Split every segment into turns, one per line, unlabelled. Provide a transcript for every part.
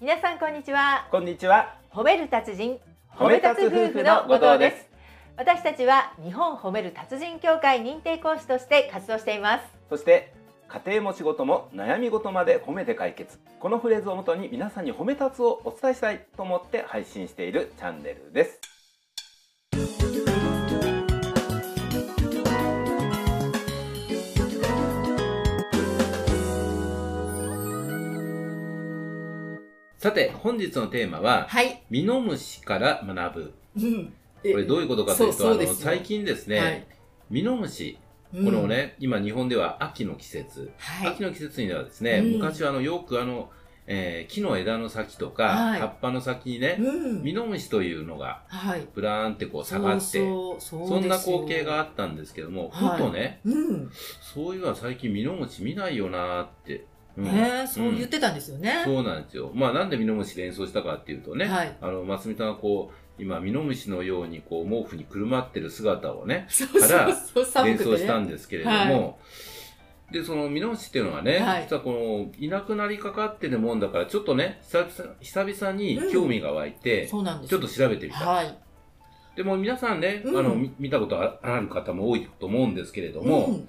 皆さんこんにちは
こんにちは。
褒める達人
褒め立つ夫婦の後藤です
私たちは日本褒める達人協会認定講師として活動しています
そして家庭も仕事も悩み事まで褒めて解決。このフレーズをもとに皆さんに褒め立つをお伝えしたいと思って配信しているチャンネルです。さて本日のテーマは
はい、
ミノムシから学ぶ
うん、
え
これどういうことかというと
そうそう
あ
で
の
すよ
最近ですね、
はい
ミノムシ
うん
これをね、今日本では秋の季節、
はい
秋の季節にはですね、
うん
昔はあのよくあの、えー木の枝の先とか、
はい
葉っぱの先にね、
うん
ミノムシというのが
はい。
ブラーンってこう下がってそ
そうそうそ
んな光景があ
って。
ったんですけども、
はい
ふとね
うん。
そういえば最近ミノムシ見ないよなーって、うん
ねえそう言っ
ん
てたんですよね。
そうなんですよまあなんでミノムシ連想したかっていうとね、
はい
あの松見さんがこう今ミノムシのようにこう毛布にくるまってる姿をね
そうそう
から
そう、寒
連
く
想してた
ね。
んですけれども、でそのミノムシっていうのはね、
はい
実はこのいなくなりかかってるもんだからちょっとね久々久々に興味が湧いて、
そうなんです
ちょ
よ。
っと調べてみた、
はい。
でも皆さんね、
うん
あのみ見たことあある方も多いと思うんですけれども、
うん。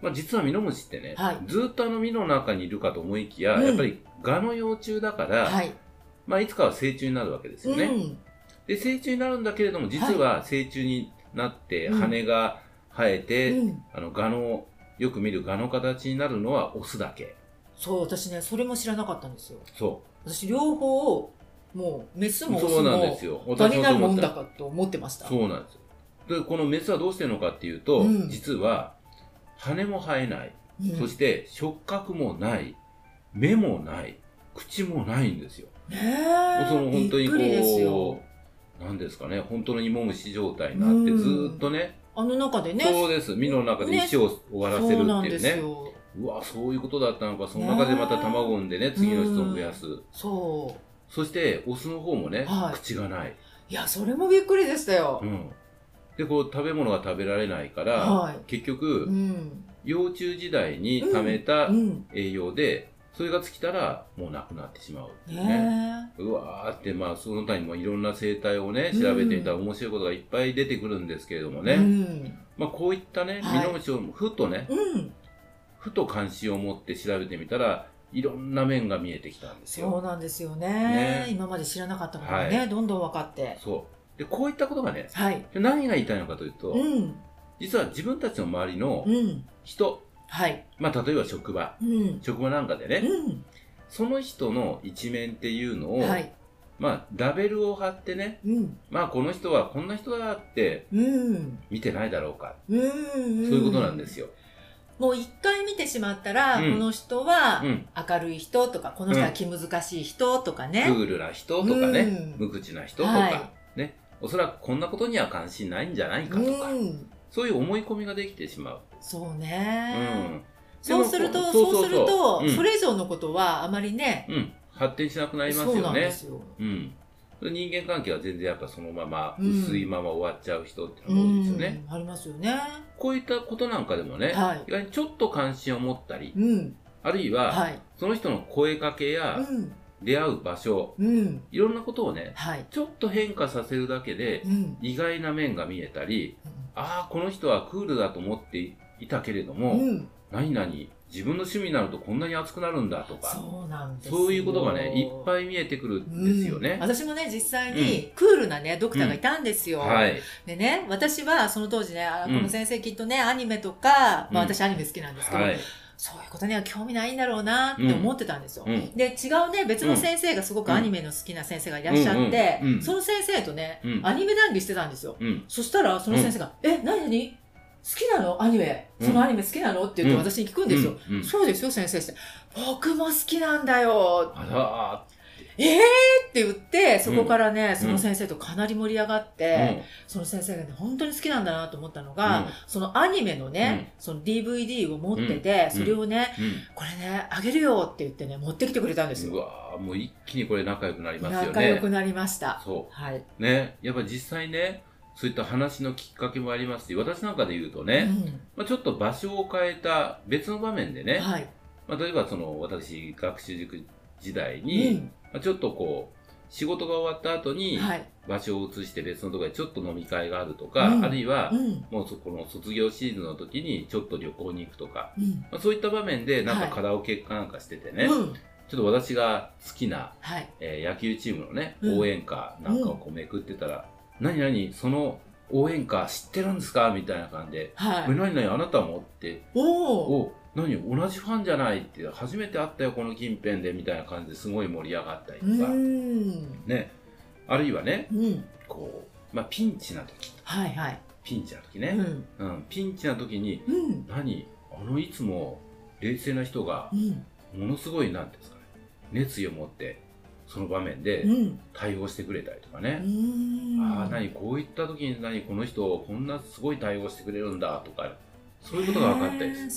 まあ、実はミノムシってね、
はい
ずーっとあの実の中にいるかと思いきや、
うん
やっぱり蛾の幼虫だから、
はい。
まあ、いつかは成虫になるわけですよね、
うん。
で成虫になるんだけれども実は成虫になって
うん
羽が生えて、
うん
あの、蛾の、よく見る蛾の形になるのはオスだけ。
そう、私ね、それも知らなかったんですよ。
そ
私、両方、もう、メス
う。
もオス
そうなんです
も、
よ。
他になる
も
も
思
ん
った
だかと思ってました。
そうなんですよ。で、このメスはどうしてるのかっていうと、
うん
実は、羽も生えない。
うん
そして、触覚もない。目もない。口もないんですよ。
ね
もう
え
その本当に
びっくりです
こ
よ。
う、なんですかね、本当の芋虫状態になって、
うん
ずーっとね、
あの中でね、
そうです。身の中で
ね
石を終わらせる
そうなん
ってい
で
う
す
ね。
よ。
うわ、そういうことだったのか、その中でまた卵を産んでね、次の子を増やす。
そう。
そして、オスの方もね、
はい
口がない。
いや、それもびっくりでしたよ
う。ん。で、こう、食べ物が食べられないから、
はい
結
う
局、
ん。
幼虫時代に貯めた
うん。
栄養で、それが尽きたら、もうなくなってしまうっていうね。
ね
うわーって、まあ、その他にもいろんな生態をね、調べてみたら
う
面白いことがいっぱい出てくるんですけれども
え。
ね、
うん。
まあ、こういったね、
はい
ミノムシをふとね、
うん。
ふと関心を持って調べてみたら、いろんな面が見えてきたんですよ。
そうなんですよね。
ね
今まで知らなかったことがね、
は
どんどん分かって。
そう。で、こういったことがね、
はい。
何が言いたいのかというと、
うん。
実は自分たちの周りの
うん。
人、
はい。
まあ、例えば職場、
うん。
職場なんかで
う
ね、
ん。
その人の一面っていうのを、
はい。
まあ、ラベルを貼ってね、
うん。
まあ、この人はこんな人だって
うん。
見てないだろうか、
うん。
そういうことなんです
よ。
よ。
もう一回見てしまったら、
うん
この人は
うん。
明るい人とか、この人は気難しい人とか
ク
ね。
ールな人とかね、
うん
無口な人とか、
は
ね、おそらくこんなことには関心ないんじゃないか
う
とか、
ん。
そういう思い込みができてしまう。
そう
う
ね。
ん。
そうすると、
でも
そう
そう
する
そうそう
と、
うん
それ以上のことはあまりね、
うん。発展しなくなりますよね。
そうなんですよ。
うん。人間関係は全然やっぱそのまま、
うん
薄いまま終わっちゃう人っていう
う
のが多いですよね。
ん、ありますよね。
こういったことなんかでもね、
はい
意外にちょっと関心を持ったり、
うん、
あるいは、
はい、
その人の声かけ
う
や
ん、
出会う場所、
うん、
いろんなことをね、
はい、
ちょっと変化させるだけで
う、ん、
意外な面が見えたり、ああ、この人はクールだと思っていたけれど
う
も、
ん、
何々、自分の趣味になるとこんなに熱くなるんだとか、
そうなんですよ。
そういうことがね、いっ
い
ぱい見えてくるんですよね。
私もね、実際にクールなね、ドクターがいたんですよ。
はい。
でね、私はその当時ね、あ
うん
この先生きっとね、アニメとか、まあ
うん
私アニメ好きなんですけど、
はい。
そういうことには興味ないんだろうなって思ってたんですよ。
うん。
で、違うね、別の先生がすごくアニメの好きな先生がいらっしゃって
うんうんう、ん
その先生とね
う、ん
アニメ談義してたんですよ。
うん。
そしたら、その先生が、え、何何好きなのアニメ。そのアニメ好きなのって言って
うん
私に聞くんですよ。
うん。うん
そうですよ、先生って。僕も好きなんだよ。
あらー
えーって言って、そこからね、その先生とかなり盛り上がって、その先生がね、本当に好きなんだなと思ったのが、そのアニメのね、その DVD を持ってて、
うん
それをね、
うん
これね、あげるよって言ってね、持ってきてくれたんです
うん、う
よ。
わーもう一気にこれ仲良くなりますよ
仲良く
ね。
なりました。
そ
はい。
うねやっぱ実際ねそういった話のきっかけもありますし私なんかで言うとね、まあ、ちょっと場所を変えた別の場面で
うん
ね、
はい。
まあ、例えばその私学習塾時代
う
に
ん。
まあちょっとこう、仕事が終わった後に
はい。
場所を移して別のところでちょっと飲み会があるとか、
うん
あるいは
う、ん。
もうそこの卒業シーズンの時にちょっと旅行に行くとか、
うん。
まあ、そういった場面でなん
は
か
い
カラオケかなんかしててね、
うん。
ちょっと私が好きな、
はい。
えー野球チームのね、
うん
応援歌なんかをこうめくってたら、何々その応援歌知ってるんですかみたいな感じで、
は
え
い。
何々あなたもって、
おお。
お何同じファンじゃないって、初めて会ったよ、この近辺でみたいな感じですごい盛り上がったり
う
と
ー
か、
ん。
ね、あるいはね、
うん。
こう、まあ、ピンチな時、
はいはい。
ピンチな時
う
ね、
ん。
うんピンチな時に、
うん。
何あのいつも冷静な人が
うん。
ものすごいなんていうんですかね熱意を持ってその場面で
うん。
対応してくれたりとか
う
ね、
ーん。
ああ何こういった時に何この人こんなすごい対応してくれるんだとかそういうことが分かったりす
へー
る。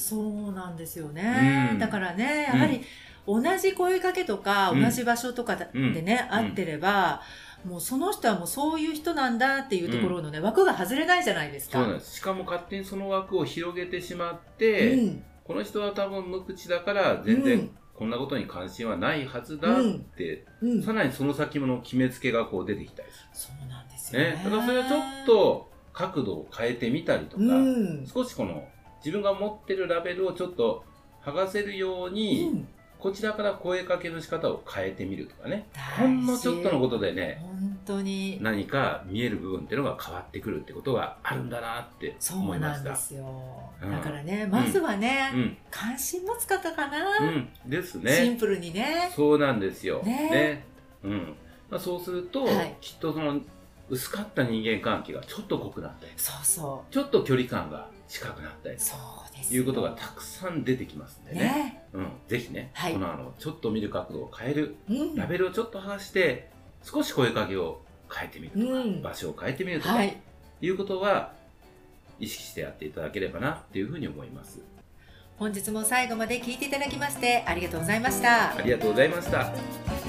そうなんですよね、
うん
だからねやはり同じ声かけとか、
うん
同じ場所とかだ
うん
でね、
うん
会ってればもうその人はもうそういう人なんだっていうところのね、枠が外れないじゃないですか。
そうなんですしかも勝手にその枠を広げてしまって、
うん
この人は多分無口だから全然
う
こんなことに関心はないはずだって、
んうん
さらにその先の決めつけがこう出てきたりする
そうなんですよね
ね、だからそれをちょっと角度を変えてみたりとか、
うん
少しこの自分が持ってるラベルをちょっと剥がせるように、
うん
こちらから声かけの仕方を変えてみるとかね、
大事
ほんのちょっとのことでね、
本当に
何か見える部分っていうのが変わってくるってことがあるんだなって
そ
思
う
いま
な
し
ん
た。
で
う
すよ、
うん
だからねまずはね、
ん、
関心持つ方かな、
うん、です
シン
ね。
プルにね
そうなんですよ。
ね
ね、うん、まあ、そうすると、
はい
きっとその薄かった人間関係がちょっと濃くなったり、
そうそ
ちょっと距離感が近くなったり
う。そうです
い
よ
うことがたくさん出てきますんでね。
ね
うん、ぜひね、
はい
このあのちょっと見る角度を変える、
うん
ラベルをちょっと剥がして、少し声かけを変えてみるとか、
うん
場所を変えてみるとか、、
はいい、
うことは意識してやっていただければなっていうふうに思います。
本日も最後まで聞いていただきましてありがとうございました
ありがとうございました。